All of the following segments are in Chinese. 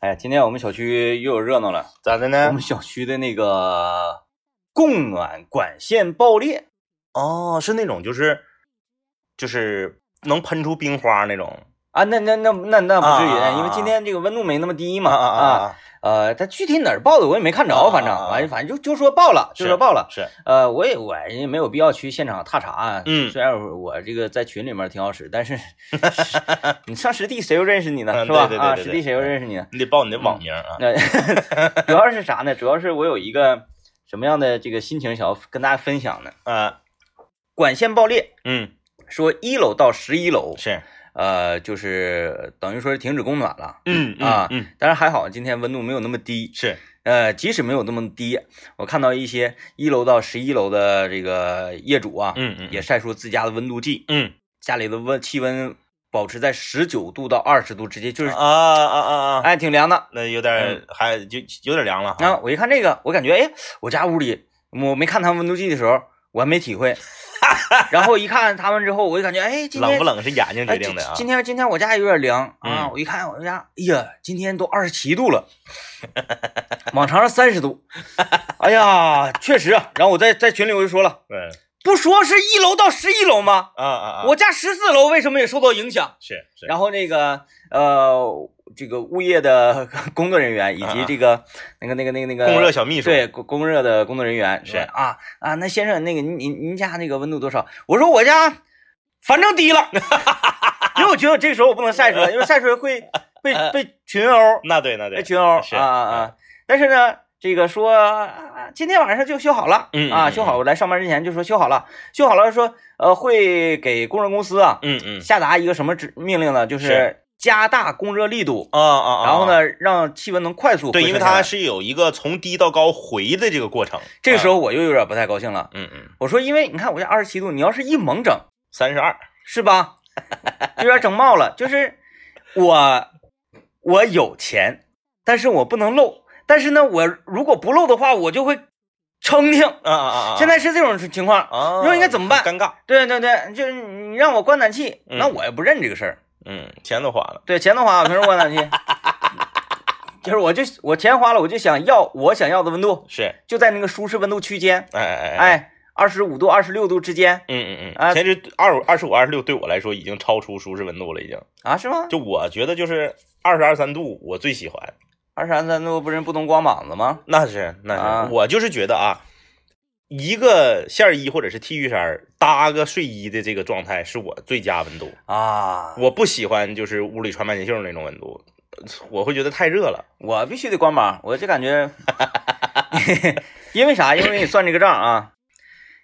哎，今天我们小区又有热闹了，咋的我呢们？小区的那个供暖管线爆裂，哦，是那种就是就是能喷出冰花那种啊，那那那那那不至于，哎啊啊啊因为今天这个温度没那么低嘛啊啊啊啊！呃，它具体哪儿爆的我也没看啊啊着，啊反正啊完反正就就说爆了，就是说爆了。是呃，我也我也没有必要去现场踏查啊。嗯虽然我这个在群里面挺好使，但 是 你上实地谁又认识你呢？嗯是吧？对对对啊，对对实地谁又认识你呢？你得报你的嗯网名啊。那 主要是啥呢？主要是我有一个什么样的这个心情想要跟大家分享呢？啊，管线爆裂，嗯，说一楼到十一楼，是，呃，就是等于说是停止供暖了。嗯啊嗯，当然还好，今天温度没有那么低。是呃，即使没有那么低，我看到一些一楼到十一楼的这个业主啊，嗯嗯也晒出自家的温度计，嗯家里的温气温保持在十九度到二十度之间，就是、啊啊啊啊，哎嗯挺凉的。那有点还就有点凉了啊然哈。后我一看这个，我感觉哎，我家屋里我没看他们温度计的时候，我还没体会， 然后一看他们之后，我就感觉哎，今天冷不冷是眼睛哎，决定的啊今。今天今天我家有点凉啊，嗯我一看我家，哎呀，今天都二十七度了，往常是三十度。哎呀，确实啊。然后我在在群里我就说了，嗯不说是一楼到十一楼吗？啊啊啊，我家十四楼为什么也受到影响？是是，然后那个呃，这个物业的工作人员以及这个那个那个那个那个啊供热小秘书对供供热的工作人员是说啊啊，那先生那个您您您家那个温度多少？我说我家反正低了， 因为我觉得这个时候我不能晒出来，因为晒出来 会被被群殴，那对那被嗯对，群殴是啊啊！但是呢。这个说、啊今天晚上就修好了，嗯嗯啊，嗯修好，我来上班之前就说修好了，修好了说，呃，会给供热公司啊，嗯嗯下达一个什么指命令呢？就是是加大供热力度，啊啊，然后？呢，让气温能快速对，回因为升下它来是有一个从低到高回的这个过程。这个时，候我又有点不太高兴了。嗯嗯，我说，因为你看我这二十七度，你要是一猛整，三十二，是吧？ 有点整冒了。就是我，我有钱，但是我不能漏。但是呢，我如果不漏的话，我就会撑挺。啊啊啊！现在是这种情况。啊，你说应该怎么办尴尬，对对对，就是你让我关暖气，嗯那我也不认这个事儿。嗯，钱都花了，对，钱都花了，凭什么关暖气？ 就是我就我钱花了，我就想要我想要的温度，是，就在那个舒适温度区间，哎哎哎，哎，二十五度、二十六度之间嗯嗯啊嗯，其实二二十五、二十六对我来说已经超出舒适温度了，已经。啊，是吗？就我觉得就是二十二三度我最喜欢，二十三度不是不能光膀子吗？那是那是，啊我就是觉得啊，一个线衣或者是 T 恤衫儿搭个睡衣的这个状态是我最佳温度。啊，我不喜欢就是屋里穿半截袖那种温度，我会觉得太热了。我必须得光膀，我就感觉， 因为啥？因为你算这个账啊，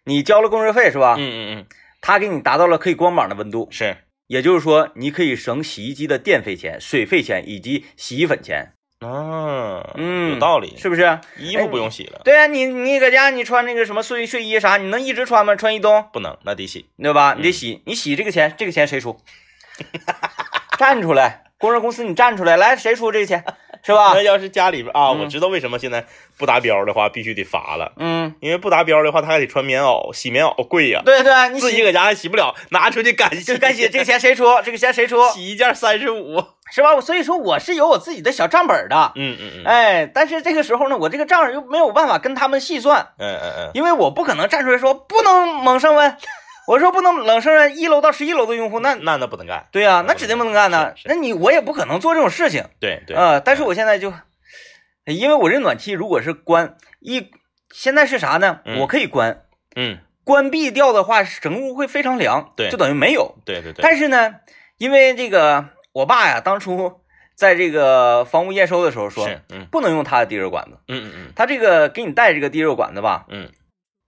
你交了供热费是吧？嗯嗯嗯，他给你达到了可以光膀的温度，是，也就是说你可以省洗衣机的电费钱、水费钱以及洗衣粉钱，啊，嗯有道理，是不是？衣服不用洗了，对啊，你你搁家你穿那个什么睡睡衣啥，你能一直穿吗？穿一冬，不能，那得洗。对吧？你得洗，你洗这个钱，这个钱谁出？ 站出来，供热公司你站出来，来谁出这个钱，是吧那？要是家里边啊，嗯我知道为什么现在不达标的话必须得罚了，嗯，因为不达标的话他还得穿棉袄，洗棉袄贵呀、对对啊，你自己洗搁家还洗不了，拿出去干洗，就该 洗，这个钱谁出？这个钱谁出？洗一件三十五。是吧？所以说我是有我自己的小账本的，嗯嗯嗯，哎，但是这个时候呢，我这个账又没有办法跟他们细算，嗯嗯嗯，因为我不可能站出来说不能猛升 温，我说不能冷升温，一楼到十一楼的用户那那那不能干，对呀、那指定不能干呐是。是那你我也不可能做这种事情，对对，呃，但是我现在就，因为我这暖气如果是关一，现在是啥呢？嗯我可以关，嗯，关闭掉的话，整个屋会非常凉，对就等于没有。对对对，但是呢，因为这个我爸呀，当初在这个房屋验收的时候说，是，嗯不能用他的地热管子，嗯嗯他这个给你带这个地热管子吧，嗯嗯，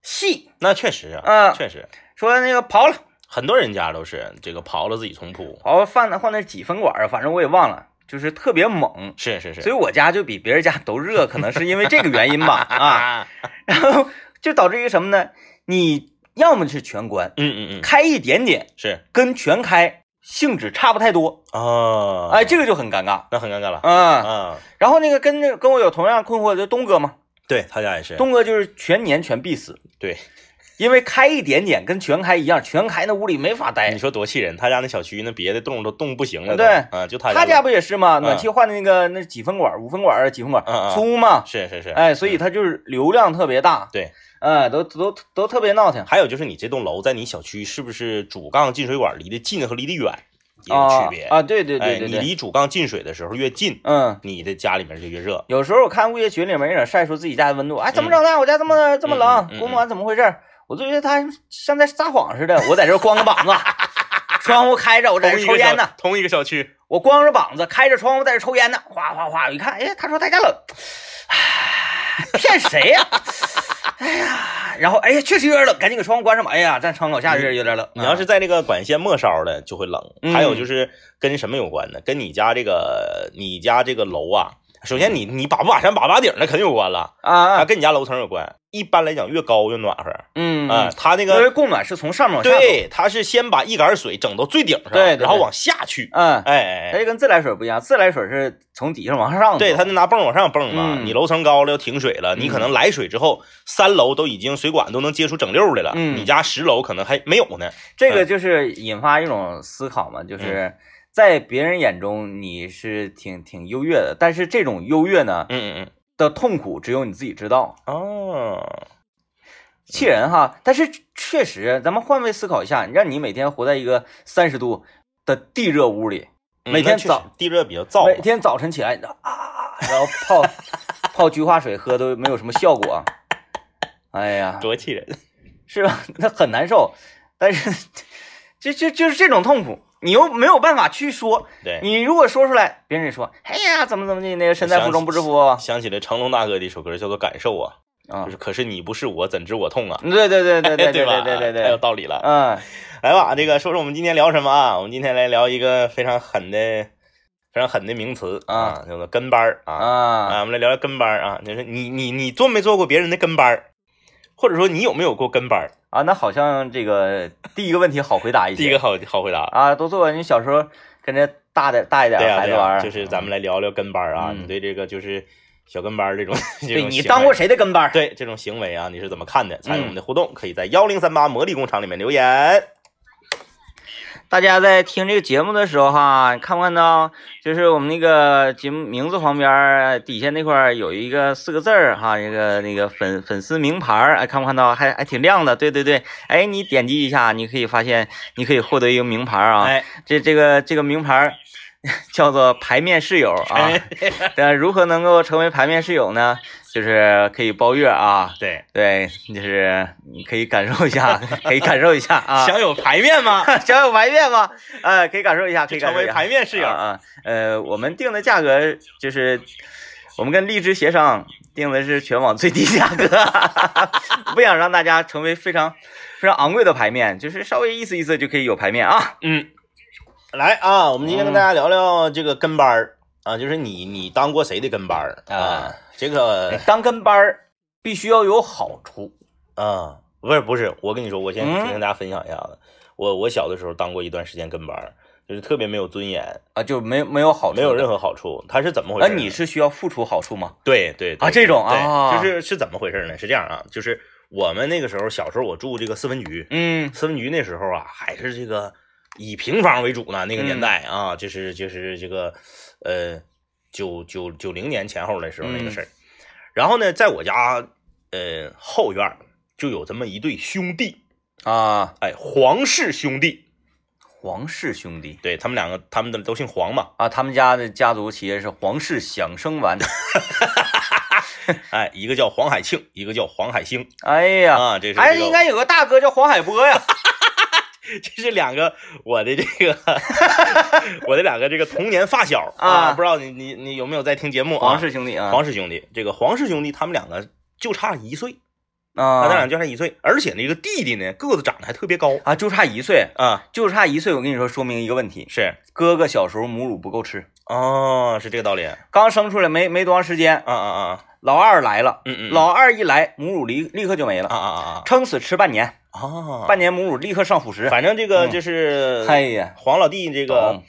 细，那确实啊，嗯确实，说那个刨了，很多人家都是这个刨了自己重铺，刨了换了换那几分管啊，反正我也忘了，就是特别猛。是是是，所以我家就比别人家都热，可能是因为这个原因吧 啊，啊，然后就导致一个什么呢？你要么是全关，嗯嗯嗯，开一点点，是跟全开性质差不太多，啊，哎，这个就很尴尬，那很尴尬了嗯。啊，然后那个跟那跟我有同样困惑的东哥嘛，对他家也是，东哥就是全年全必死，对，因为开一点点跟全开一样，全开那屋里没法待你。说多气人！他家那小区那别的栋都冻不行了都，对啊，就他他家家不也是吗？嗯暖气换的那个那几分管，五分管儿几分管嗯嗯粗嘛，是是是，哎，所以它就是流量特别大，对。哎，都都都特别闹腾。还有就是你这栋楼在你小区是不是主杠进水管离得近和离得远也有啊区别？啊，对对对哎，对你对，离主杠进水的时候越近，嗯。你的家里面就越热。有时候我看物业群里面有点晒出自己家的温度，哎，怎么整的？我家这么这么冷嗯嗯，嗯供暖怎么回事？我就觉得他像在撒谎似的，我在这光个膀子， 窗户开着，我在同这一抽个烟啊呢小。同一个小区，我光着膀子开着窗户在这抽烟呢，哗哗哗！我一看，哎，他说他家冷，唉骗谁呀、 哎呀，然后哎呀，确实有点冷，赶紧给窗户关上吧。哎呀，这窗口下是有点冷。啊嗯你要是在那个管线末梢的就会冷。嗯还有就是跟什么有关呢？跟你家这个你家这个楼啊，首先你你把不把山把不把顶儿那肯定有关了，啊嗯啊啊，，跟你家楼层有关。一般来讲，越高越暖和啊、嗯，它那因为个供暖是从上面往下走，对，它是先把一杆水整到最顶上，对对对然后往下去。嗯，哎哎它哎，这跟自来水不一样，自来水是从底下往上走，对，它就拿泵往上泵嘛。哎嗯你楼层高了要停水了，你可能来水之后，三楼都已经水管都能接出整溜儿来了，嗯你家十楼可能还没有呢。这个就是引发一种思考嘛，就是在别人眼中你是挺挺优越的，但是这种优越呢嗯嗯的痛苦只有你自己知道。嗯，哦。气人哈。但是确实，咱们换位思考一下，让你每天活在一个三十度的地热屋里，嗯每那天确实早地热比较燥每嘛，天早晨起来，啊，然后泡泡菊花水喝都没有什么效果。哎呀，多 气人！是吧？那很难受，但是 就就就是这种痛苦，你又没有办法去说。对，你如果说出来，别人也说，哎呀，怎么怎么的，那个身在福中不知福啊。想起了成龙大哥的一首歌叫做《感受》啊，啊就是可是你不是我，怎知我痛啊？对对对 对对对吧？哎对对对太有对，道理了。嗯 来吧，这个说说我们今天聊什么啊？我们今天来聊一个非常狠的、非常狠的名词啊，叫做跟班儿啊。啊啊，我们来聊聊跟班儿啊，就是你你你做没做过别人的跟班儿，或者说你有没有过跟班儿？啊，那好像这个第一个问题好回答一些。第一个好好回答，啊，都做过。你小时候跟着大点大一点对的呀哎孩对子玩呀，儿，就是咱们来聊聊跟班儿啊，嗯你对这个就是小跟班儿这种 这对种你行当为过嗯谁的跟班儿？对这种行为啊，你是怎么看的？参与我们的互动，可以在幺零三八魔力工厂里面留言。大家在听这个节目的时候哈，看不看到？就是我们那个节目名字旁边儿底下那块儿有一个四个字儿哈，一个那个粉粉丝名牌儿，哎，看不看到？还还挺亮的，对对对，哎，你点击一下，你可以发现，你可以获得一个名牌儿啊，哎，这这个这个名牌儿 叫做牌面室友啊哎，那如何能够成为牌面室友呢？就是可以包月啊， 对，对，就是你可以感受一下， 可以感受一下啊。想有牌面吗？ 想有埋怨 吗？呃，可以感受一下，可以感成受一为下。牌面室友。啊啊，呃，我们定的价格就是我们跟荔枝协商定的是全网最低价格， 不想让大家成为非常非常昂贵的牌面，就是稍微意思意思就可以有牌面啊。嗯，来啊，我们今天跟大家嗯聊聊这个跟班儿啊，就是你你当过谁的跟班儿啊啊？这个当跟班儿必须要有好处，啊，不是不是，我跟你说，我先嗯先跟大家分享一下子，我我小的时候当过一段时间跟班儿，就是特别没有尊严，啊，就没没有好处，没有任何。何好处。他是怎么回啊，事呢？你是需要付出好处吗？对对啊对这种对啊就是是怎么回事呢？是这样啊，就是我们那个时候小时候我住这个四分局，嗯四分局那时候啊还是这个以平房为主呢，那个年代嗯啊，就是就是这个呃九九九零年前后的时候嗯那个事儿。然后呢，在我家呃后院儿就有这么一对兄弟，啊，哎，黄氏兄弟，黄氏兄弟对他们两个，他们的都姓黄嘛，啊，他们家的家族企业是皇室响声丸。哎，一个叫黄海庆，一个叫黄海星哎呀，啊，这是哎，这个应该有个大哥叫黄海波呀。这是两个我的这个， 我的两个这个童年发小啊不知道你你你有没有在听节目啊？黄氏兄弟啊， 黄氏兄弟，这个黄氏兄弟他们两个就差一岁，啊，他们俩就差一岁，而且那个弟弟呢个子长得还特别高啊，就差一岁，啊，就差一岁。我跟你说，说明一个问题：是哥哥小时候母乳不够吃，哦，是这个道理啊刚生出来没没多长时间，啊啊，老二来了，嗯嗯，老二一来，母乳立立刻就没啊了，啊撑死吃半年，啊啊，半年母乳立刻上辅食。反正这个嗯就是哎呀，黄老弟这个懂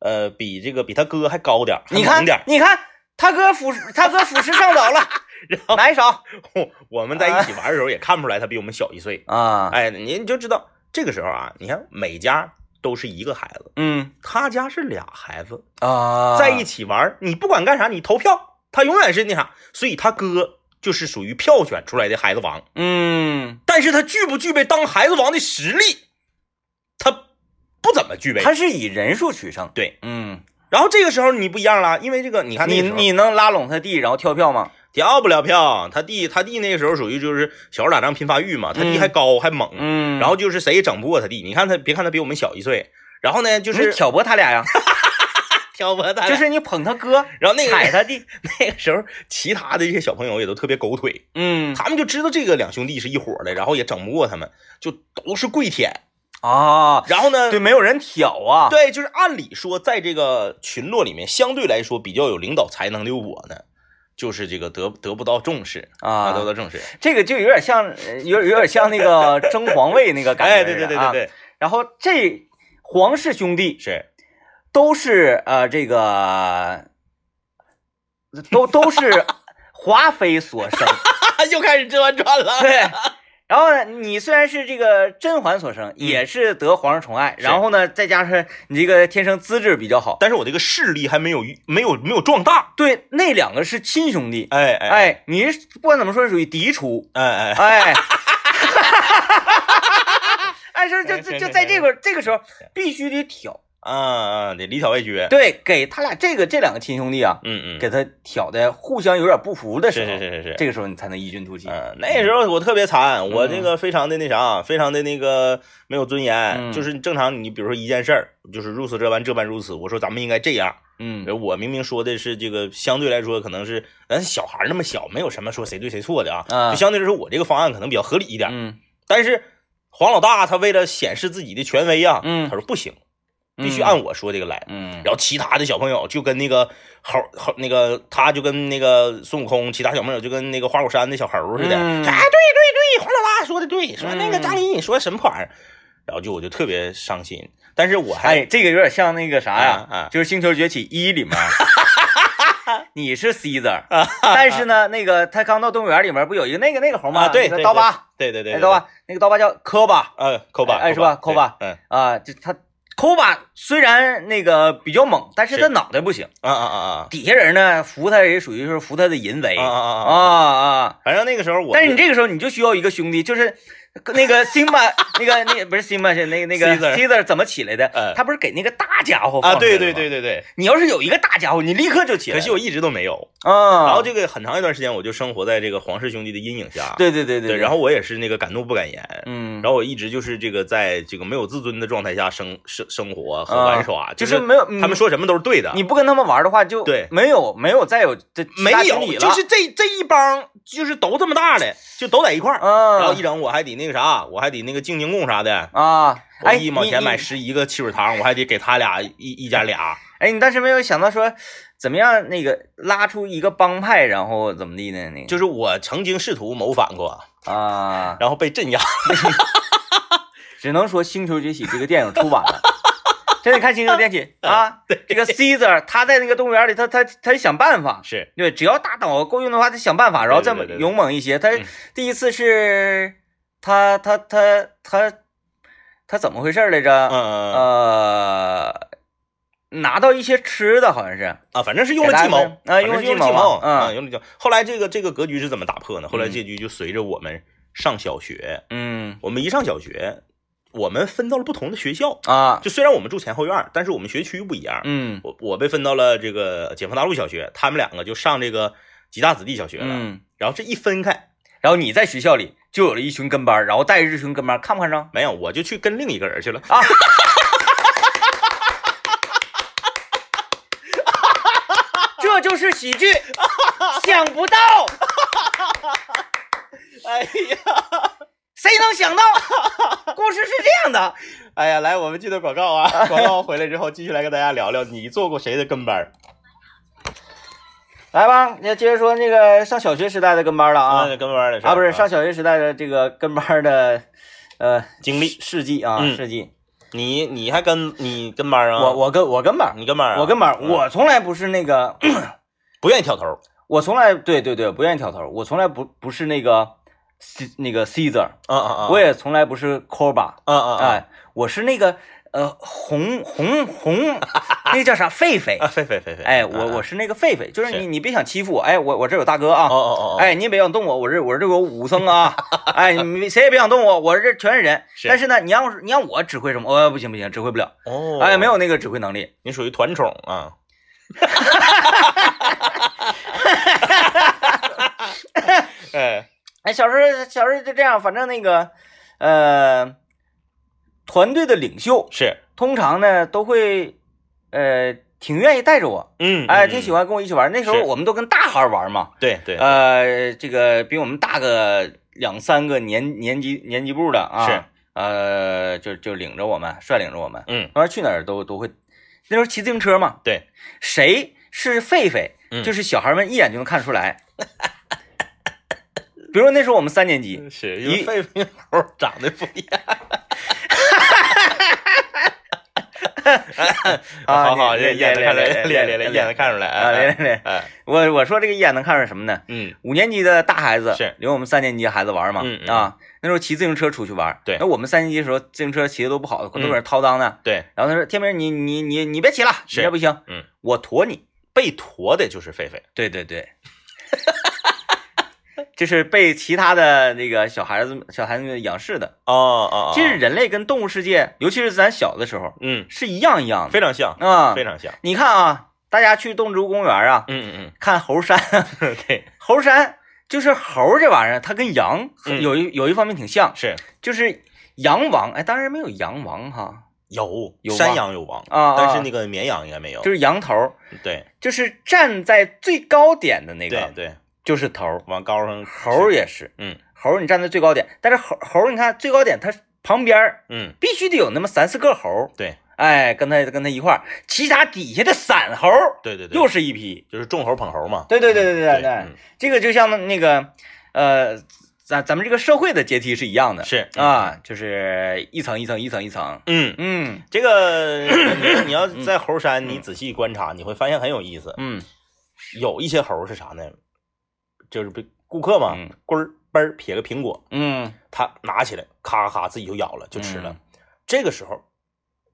呃比这个比他哥还高点儿，还 你猛看点儿，你看他哥辅他哥辅食上早了， 然后哪一首我们在一起玩的时候也看不出来他比我们小一岁。啊？哎，您就知道这个时候啊，你看每家都是一个孩子，嗯他家是俩孩子啊，在一起玩儿，你不管干啥，你投票，他永远是那啥，所以他哥就是属于票选出来的孩子王，嗯，但是他具不具备当孩子王的实力，他不怎么具备。他是以人数取胜。对，嗯，然后这个时候你不一样了，因为这个你看那你个时候你能拉拢他弟，然后跳票吗？调不了票，他弟他弟那个时候属于就是小时候打仗拼发育嘛，他弟嗯还高还猛，嗯，然后就是谁也整不过他弟。你看他，别看他比我们小一岁，然后呢就就是是挑拨他俩 呀，挑拨就他就是是你捧他哥，然后那踩个他弟。 那个时候，其他的这些小朋友也都特别狗腿，嗯他们就知道这个两兄弟是一伙的，然后也整不过他们，就都是跪舔。啊，然后呢，对，没有人挑啊。对，就是按理说，在这个群落里面，相对来说比较有领导才能的我呢，就是这个得得不到重视啊得不到重视。这个就有点像，呃有有点像那个 争皇位那个感觉。啊哎，对对对对。对，然后这皇室兄弟是 都是呃这个，都都 是华妃所生，啊，又开始《甄嬛传》了。 对。然后呢，你虽然是这个甄嬛所生，也嗯是得皇上宠爱，是然后呢，再加上你这个天生资质比较好，但是我这个势力还没有没有没有壮大。对，那两个是亲兄弟，哎哎哎哎，你是不管怎么说是属于嫡出，哎哎， 哎，哎，是就就行就行在行这个这个时候必须得挑，啊啊，得里挑外撅。对，给他俩这个这两个亲兄弟啊，嗯嗯，给他挑的互相有点不服的时是候，是是是是。这个时候你才能一军突起。嗯，那时候我特别惨，我这个非常的那啥，非常的那个没有尊严。嗯就是正常，你比如说一件事儿，就是如此这般，这般如此。我说咱们应该这样，嗯而我明明说的是这个相对来说可能是咱小孩儿那么小，没有什么说谁对谁错的啊，啊就相对来说我这个方案可能比较合理一点。嗯，但是黄老大他为了显示自己的权威啊，嗯他说不行，必须嗯按我说这个来。嗯，然后其他的小朋友就跟那个猴猴那个，他就跟那个孙悟空，其他小朋友就跟那个花果山的小猴似的，嗯说哎，对对对，黄老大说的对，说那个嗯张琳你说什么玩意儿，然后就我就特别伤心，但是我还哎，这个有点像那个啥呀，啊啊就是《星球崛起一》里 面。你是 Caesar，但是呢，那个他刚到动物园里面不有一个那个那个猴吗？啊对那对个刀疤，对对对，那刀疤，那个刀疤叫科巴，呃，扣吧，哎哎是吧扣扣吧对嗯啊，就他抠吧，虽然那个比较猛，但是他脑袋不行。啊啊啊底下人呢扶他也属于是扶他的淫为啊啊啊啊啊啊，啊！反正那个时候我但是你这个时候你就需要一个兄弟，就是那个辛巴， 那个那不是辛巴是那个那个 Caesar Caesar 怎么起来的嗯？他不是给那个大家伙啊，放出来对的对吗对，对对，你要是有一个大家伙，你立刻就起来可了。惜我一直都没有，啊，然后这个很长一段时间我就生活在这个黄氏兄弟的阴影下，对对对对对，然后我也是那个敢怒不敢言，嗯，然后我一直就是这个在这个没有自尊的状态下生生生活和啊玩耍，就是是没有嗯他们说什么都是对的，你不跟他们玩的话，就对没有没有再有这其没他群体了，有，就是这这一帮就是都这么大的，就都在一块儿，然后一嗯整我还得那个啥，我还得那个静静供啥的。啊，我哎，一毛你钱你买十一个汽水糖，我还得给他俩一一家俩，哎，你当时没有想到说怎么样那个拉出一个帮派，然后怎么地呢？那个就是我曾经试图谋反过，啊，然后被镇压。只能说《星球崛起》这个电影出晚了。真的看《星球崛 起》啊，这个 Caesar 他在那个动物园里，他他他想办法，是，对，只要大脑够用的话，他想办法，然后再对对对对勇猛一些。他嗯第一次是他他他他他怎么回事来着？嗯呃，拿到一些吃的，好像是啊，反正是用了计谋给大家分啊反正是用用了计谋了计谋，啊啊，用了计谋。后来这个这个格局是怎么打破呢？后来嗯这局就随着我们上小学，嗯我们一上小学，我们分到了不同的学校。啊就虽然我们住前后院儿，但是我们学区不一样。嗯我我被分到了这个解放大路小学，他们两个就上这个吉大子弟小学了。嗯。然后这一分开，然后你在学校里就有了一群跟班儿，然后带着这群跟班儿看不看 上？没有，我就去跟另一个人去了。啊这就是喜 剧，想不 到，哎呀，谁能想 到？故事是这样的，哎呀， 来，我们记得广告 啊！广告回来之后，继续来跟大家聊聊你做过谁的跟班儿来吧，那接着说那个上小学时代的跟班儿了啊跟班儿的事儿啊，不是上小学时代的这个跟班儿的呃经历事迹啊嗯事迹。你你还跟你跟班儿啊？我我跟我跟班儿，你跟班儿啊？我跟班儿，嗯我从来不是那个不愿意挑头儿我从来对对对不愿意挑头，我从来不不是那个 C 那个 Caesar，啊啊啊！我也从来不是 Corba，啊啊啊！哎，我是那个呃红红红， 那叫啥狒狒 啊，。狒狒狒狒！哎，啊我啊我是那个狒狒，就是是你你别想欺负我，哎，我我这有大哥啊，哦哦哦，，哎，你也别想动我，我这我这有武僧 啊！哎，你谁也别想动我，我这全是人。是但是呢，你让我你让我指挥什么？我、不行不行，指挥不了。哦，哎，没，有那个指挥能力。你属于团宠 啊，哎，哎，小时候小时候就这样，反正那个呃，团队的领袖是，通常呢都会呃挺愿意带着我，嗯，哎，嗯挺喜，欢跟我一起玩。那时候是我们都跟大孩儿玩嘛嗯，对对，呃，这个比我们大个两三个年年级年级部的啊，是呃，就就领着我们，率领着我们。嗯，当时去哪儿都都会，那时候骑自行车嘛，对，谁是狒狒，嗯就是小孩们一眼就能看出来。 比如那时候我们三年级，是因嗯一为狒狒猴儿长得不一样。 啊好好，这练演的看出来，练练练练练，练演的看出来，啊，哎来来来，哎，我我说这个一眼能看出来什么呢？嗯，五年级的大孩子是领我们三年级孩子玩嘛嗯，嗯啊，那时候骑自行车出去玩，对嗯那我们三年级的时候自行车骑的都不好，都搁那掏裆呢。对，然后他说：“天明，你你你你别骑了，你是这不行，嗯，我驮你。被驮的就是狒狒，”对对对， 这是被其他的那个小孩子小孩子们仰视的。哦哦其实人类跟动物世界，尤其是咱小的时候，嗯，是一样一样的非常像，啊非。常像，你看啊，大家去动植物公园啊，嗯嗯看猴山，嗯， 对，猴山就是猴这玩意儿，它跟羊嗯有一有一方面挺像，是就是羊王。哎，当然没有羊王哈，有有山吗羊有王，啊，但啊是那个绵羊应该没有，就是羊头，对就是站在最高点的那对个，对，就是头。往高上猴也是，嗯猴你站在最高点，但是猴猴你看最高点，它旁边儿嗯，必须得有那么三四个猴，对哎，跟他跟他一块儿，其他底下的散猴对对对，又是一批。就是种猴捧猴嘛，对对对对对对，对，嗯这个就像那个呃，咱咱们这个社会的阶梯是一样的，是，啊，就是一层一层一层一层。嗯。嗯这个你你要在猴山，你仔细观察，你会发现很有意思。嗯，有一些猴是啥呢？就是被顾客嘛嗯，棍儿嘣儿撇个苹果，嗯，他拿起来咔咔自己就咬了，就吃了。这个时候，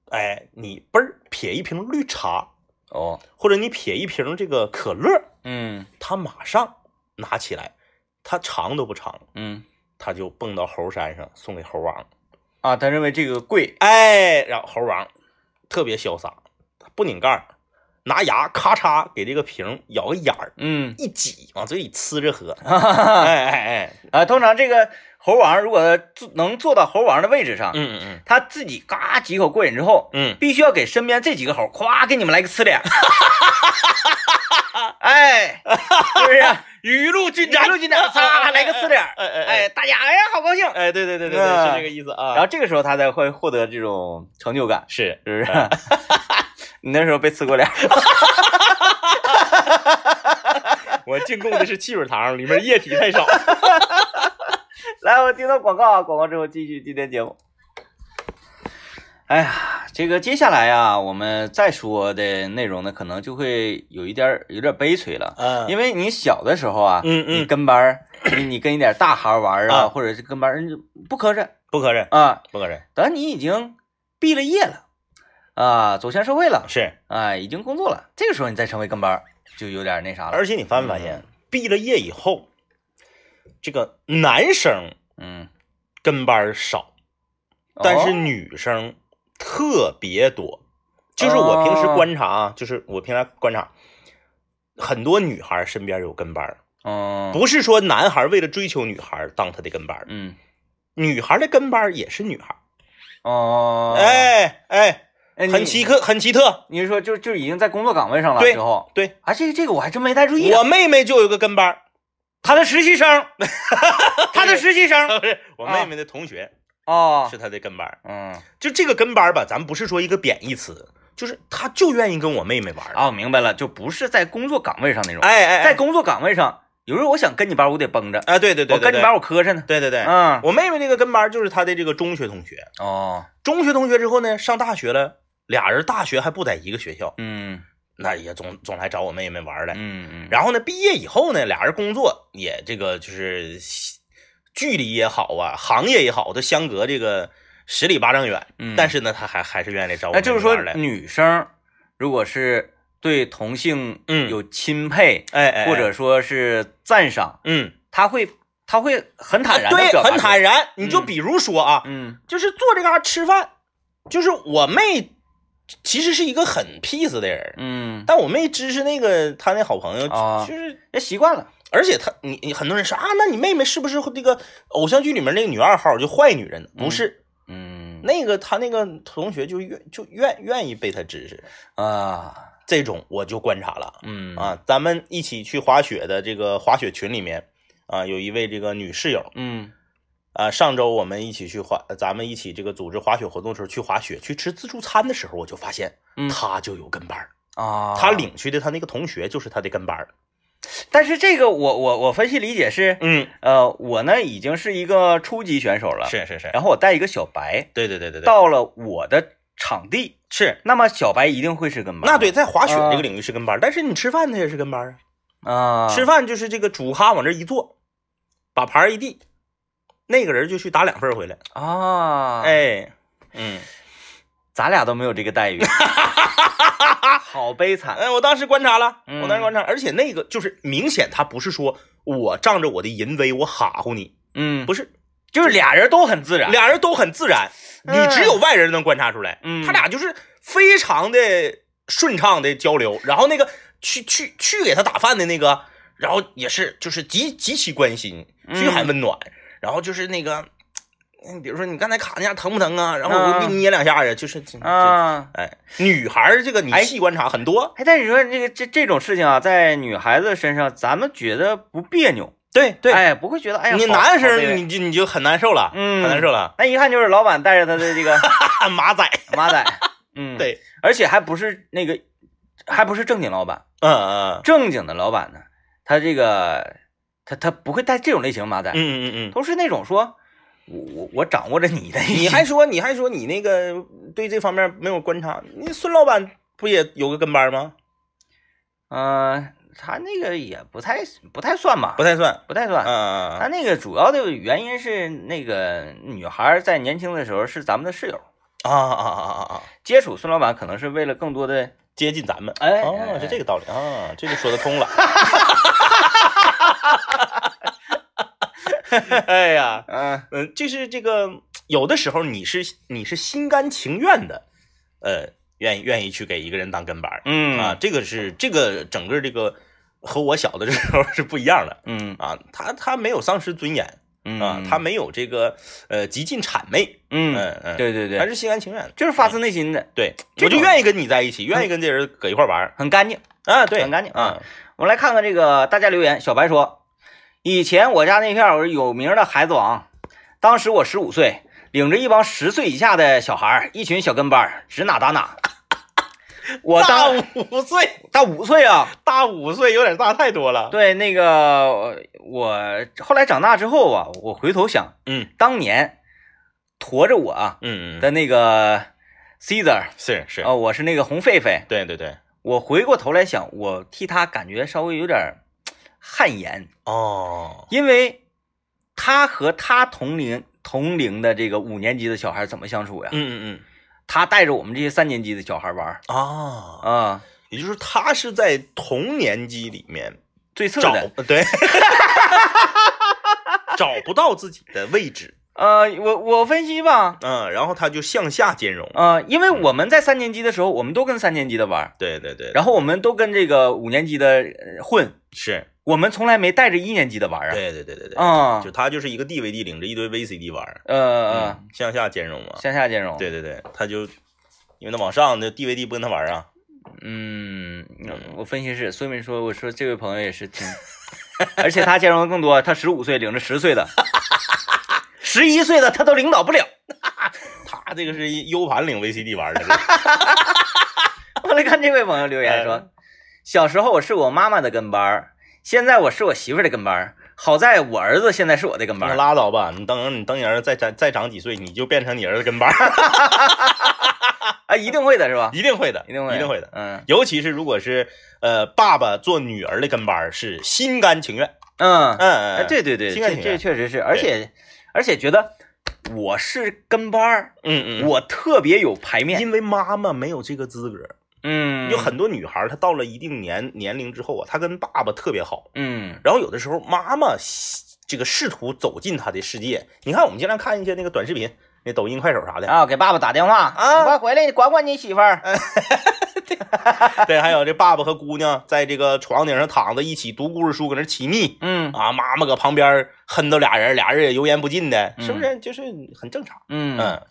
哎，你嘣儿撇一瓶绿茶，哦，或者你撇一瓶这个可乐，嗯他马上拿起来，他尝都不尝，嗯他就蹦到猴山上送给猴王。啊，他认为这个贵，哎，然后猴王特别潇洒，他不拧盖儿，拿牙咔嚓给这个瓶咬个眼儿，嗯一挤往嘴里呲着喝。哈哈哈。哎哎哎，啊，通常这个猴王如果坐能坐到猴王的位置上，嗯嗯他自己嘎几口过瘾之后，嗯必须要给身边这几个猴夸给你们来个呲 脸，哎，是不是？嗯， 雨露均一路进展，擦来个呲脸，哎哎哎，大家哎呀好高兴。哎，对对对对对，嗯是这个意思啊。然后这个时候他才会获得这种成就感，是是不是？ 你那时候被呲过脸， 我进贡的是汽水糖，里面液体太少。来，我听到广告啊，广告之后继续今天节目。哎呀，这个接下来啊，我们再说的内容呢，可能就会有一点儿有点儿悲催了，嗯因为你小的时候啊，嗯嗯你跟班儿，你你跟一点大孩儿玩儿啊，啊或者是跟班儿人就不磕碜不磕碜，啊，不磕碜，等你已经毕了业了啊，走向社会了是。啊，已经工作了，这个时候你再成为跟班儿就有点那啥了，而且你发没发现，毕了业以后，这个男生嗯，跟班儿少。哦但是女生特别多，就是我平时哦观察啊，就是我平常观察，很多女孩身边有跟班儿，嗯不是说男孩为了追求女孩当他的跟班儿，嗯女孩的跟班儿也是女孩，哦，哎哎，哎，你很奇特，很奇特。你是说就就已经在工作岗位上了对之后，对啊，这个这个我还真没太注意啊、我妹妹就有个跟班儿，他的实习 生，他的实习生不是我妹妹的同学哦是，她的跟班儿，嗯，就这个跟班儿吧，咱不是说一个贬义词，就是她就愿意跟我妹妹玩儿。啊，我明白了，就不是在工作岗位上那种，哎哎哎，在工作岗位上，有时候我想跟你班，我得绷着，啊，对对对，哦我跟你玩班，，我磕碜呢，对对对，嗯，我妹妹这个跟班儿就是她的这个中学同学，哦，中学同学之后呢，上大学了，俩人大学还不在一个学校，嗯那也总总来找我妹妹玩来。嗯嗯，然后呢，毕业以后呢，俩人工作也这个就是距离也好啊，行业也好，都相隔这个十里八丈远。嗯但是呢，他还还是愿意来找我那妹妹就是说玩来。，女生如果是对同性嗯有钦佩，哎哎，哎或者说是赞赏，嗯，她会她会很坦然，对，很坦然，然。你就嗯比如说啊，嗯就是坐这嘎吃饭，就是我妹其实是一个很 peace 的人，嗯，但我妹支持那个她那好朋友，啊就是人习惯了，而且她你你很多人说啊，那你妹妹是不是这个偶像剧里面那个女二号就坏女人呢？不是，嗯那个她那个同学就愿就愿愿意被她支持，啊，这种我就观察了。嗯啊，咱们一起去滑雪的这个滑雪群里面，啊，有一位这个女室友，嗯啊，上周我们一起去滑，咱们一起这个组织滑雪活动的时候去滑雪，去吃自助餐的时候，我就发现嗯他就有跟班儿，啊，他领去的他那个同学就是他的跟班儿。但是这个我我我分析理解是，嗯，呃，我呢已经是一个初级选手了，，是是是，然后我带一个小白对对对对对，到了我的场地，是那么小白一定会是跟班，那对，在滑雪啊这个领域是跟班儿，但是你吃饭他也是跟班儿啊，啊，吃饭就是这个主咖往这一坐，把盘儿一递，那个人就去打两份儿回来。啊，。哎，嗯，咱俩都没有这个待 遇，好悲惨。哎，我当时观察了，嗯我当时观察，而且那个就是明显他不是说我仗着我的淫威我哈唬你，嗯，不是。就是俩人都很自然。俩人都很自然，你嗯只有外人能观察出来。嗯他俩就是非常的顺畅的交流，然后那个去去去给他打饭的那个，然后也是就是极极其关心，嘘寒问暖，然后就是那个，嗯，比如说你刚才卡那下疼不疼啊？然后我啊给你捏两下呀，就是这，啊，这哎，女孩儿这个你哎细观察很多，哎，但是你说这个这这种事情啊，在女孩子身上，咱们觉得不别扭，对对哎，不会觉得哎呀，你好男好卑生微你就你就很难受了，嗯很难受了，那一看就是老板带着他的这 个马仔，马仔，嗯，对，而且还不是那个，还不是正经老板，嗯嗯正经的老板呢，他这个他他不会带这种类型马仔，嗯嗯嗯。都是那种说，我我我掌握着你的， 你还说你还说你那个对这方面没有观察？你孙老板不也有个跟班吗？呃，他那个也不太不太算吧，不太算。不太嗯算。嗯他嗯那个主要的原因是，那个女孩在年轻的时候是咱们的室友，啊啊啊啊啊啊！接触孙老板可能是为了更多的接近咱们，哎哎哦，哎是这个道理啊，这就说得通了。 哎呀，嗯嗯，就是这个，有的时候你是你是心甘情愿的，呃，愿意愿意去给一个人当跟班儿嗯啊，这个是这个整个这个和我小的时候是不一样的嗯啊，他他没有丧失尊严，嗯啊，他没有这个呃极尽谄媚，嗯嗯嗯，，对对他对，是心甘情愿的，就是发自内心的，对，这我就种愿意跟你在一起，愿意跟这人搁一块玩儿很干净。啊，对，很干净嗯啊，我们来看看这个大家留言，小白说，以前我家那片儿有有名的孩子王，当时我十五岁，领着一帮十岁以下的小孩儿，一群小跟班儿，指哪打哪。 我大当五岁，大五岁啊，大五岁有点大太多了，对，那个呃我后来长大之后啊，我回头想，嗯当年驮着我啊嗯嗯，的那个 Caesar 啊、是是，我是那个红狒狒，对对对，我回过头来想，我替他感觉稍微有点儿汗颜，哦，因为他和他同龄同龄的这个五年级的小孩怎么相处呀？嗯嗯他带着我们这些三年级的小孩玩儿嗯，啊，啊，也就是他是在同年级里面最次找 的。对，找不到自己的位置，呃，我我分析吧，嗯，然后他就向下兼容，呃，因为我们在三年级的时候，我们都跟三年级的玩儿，对对对，然后我们都跟这个五年级的呃混，是。我们从来没带着一年级的玩儿啊。对对对对对，啊就他就是一个 DVD 领着一堆 VCD 玩儿，呃呃，嗯，向下兼容嘛。向下兼容。，对对对，他就因为他往上，那 DVD 不跟他玩儿啊。嗯，我分析是，所以说我说这位朋友也是挺， 而且他兼容的更多，他十五岁领着十岁的， 十一岁的他都领导不了。 他这个是一 U 盘领 VCD 玩儿 的，我来看这位朋友留言哎说，小时候我是我妈妈的跟班儿，现在我是我媳妇儿的跟班儿。好在我儿子现在是我的跟班那儿，拉倒吧。你等你等你儿子再长再长几岁，你就变成你儿子跟班儿。啊，一定会的是吧？一定会的，一定会，一定会的。嗯尤其是如果是呃爸爸做女儿的跟班儿是心甘情愿，嗯，嗯嗯，哎，嗯，对对对，心甘这情这愿确实是，而且而且觉得我是跟班儿，嗯嗯，我特别有排面，因为妈妈没有这个资格，嗯，有很多女孩儿她到了一定年年龄之后啊，她跟爸爸特别好，嗯然后有的时候妈妈这个试图走进她的世界，你看我们经常看一些那个短视频，那抖音、快手 啥的，啊，给爸爸打电话啊哎你快回来，你管管你媳妇儿，对，还有这爸爸和姑娘在这个床顶上躺着一起读故事书，搁那儿起腻。嗯啊，妈妈搁旁边哼叨俩人，俩人也油盐不进的，是不是？就是很正常。嗯，嗯，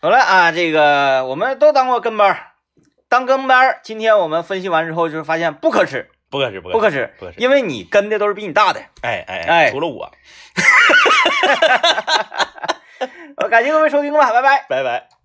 好了啊，这个我们都当过跟班儿，当跟班儿，今天我们分析完之后，就是发现不可耻，不可耻，不不可可耻，耻，不可耻因为你跟的都是比你大的。哎哎哎除了我，呃感谢各位收听吧，拜拜。拜拜。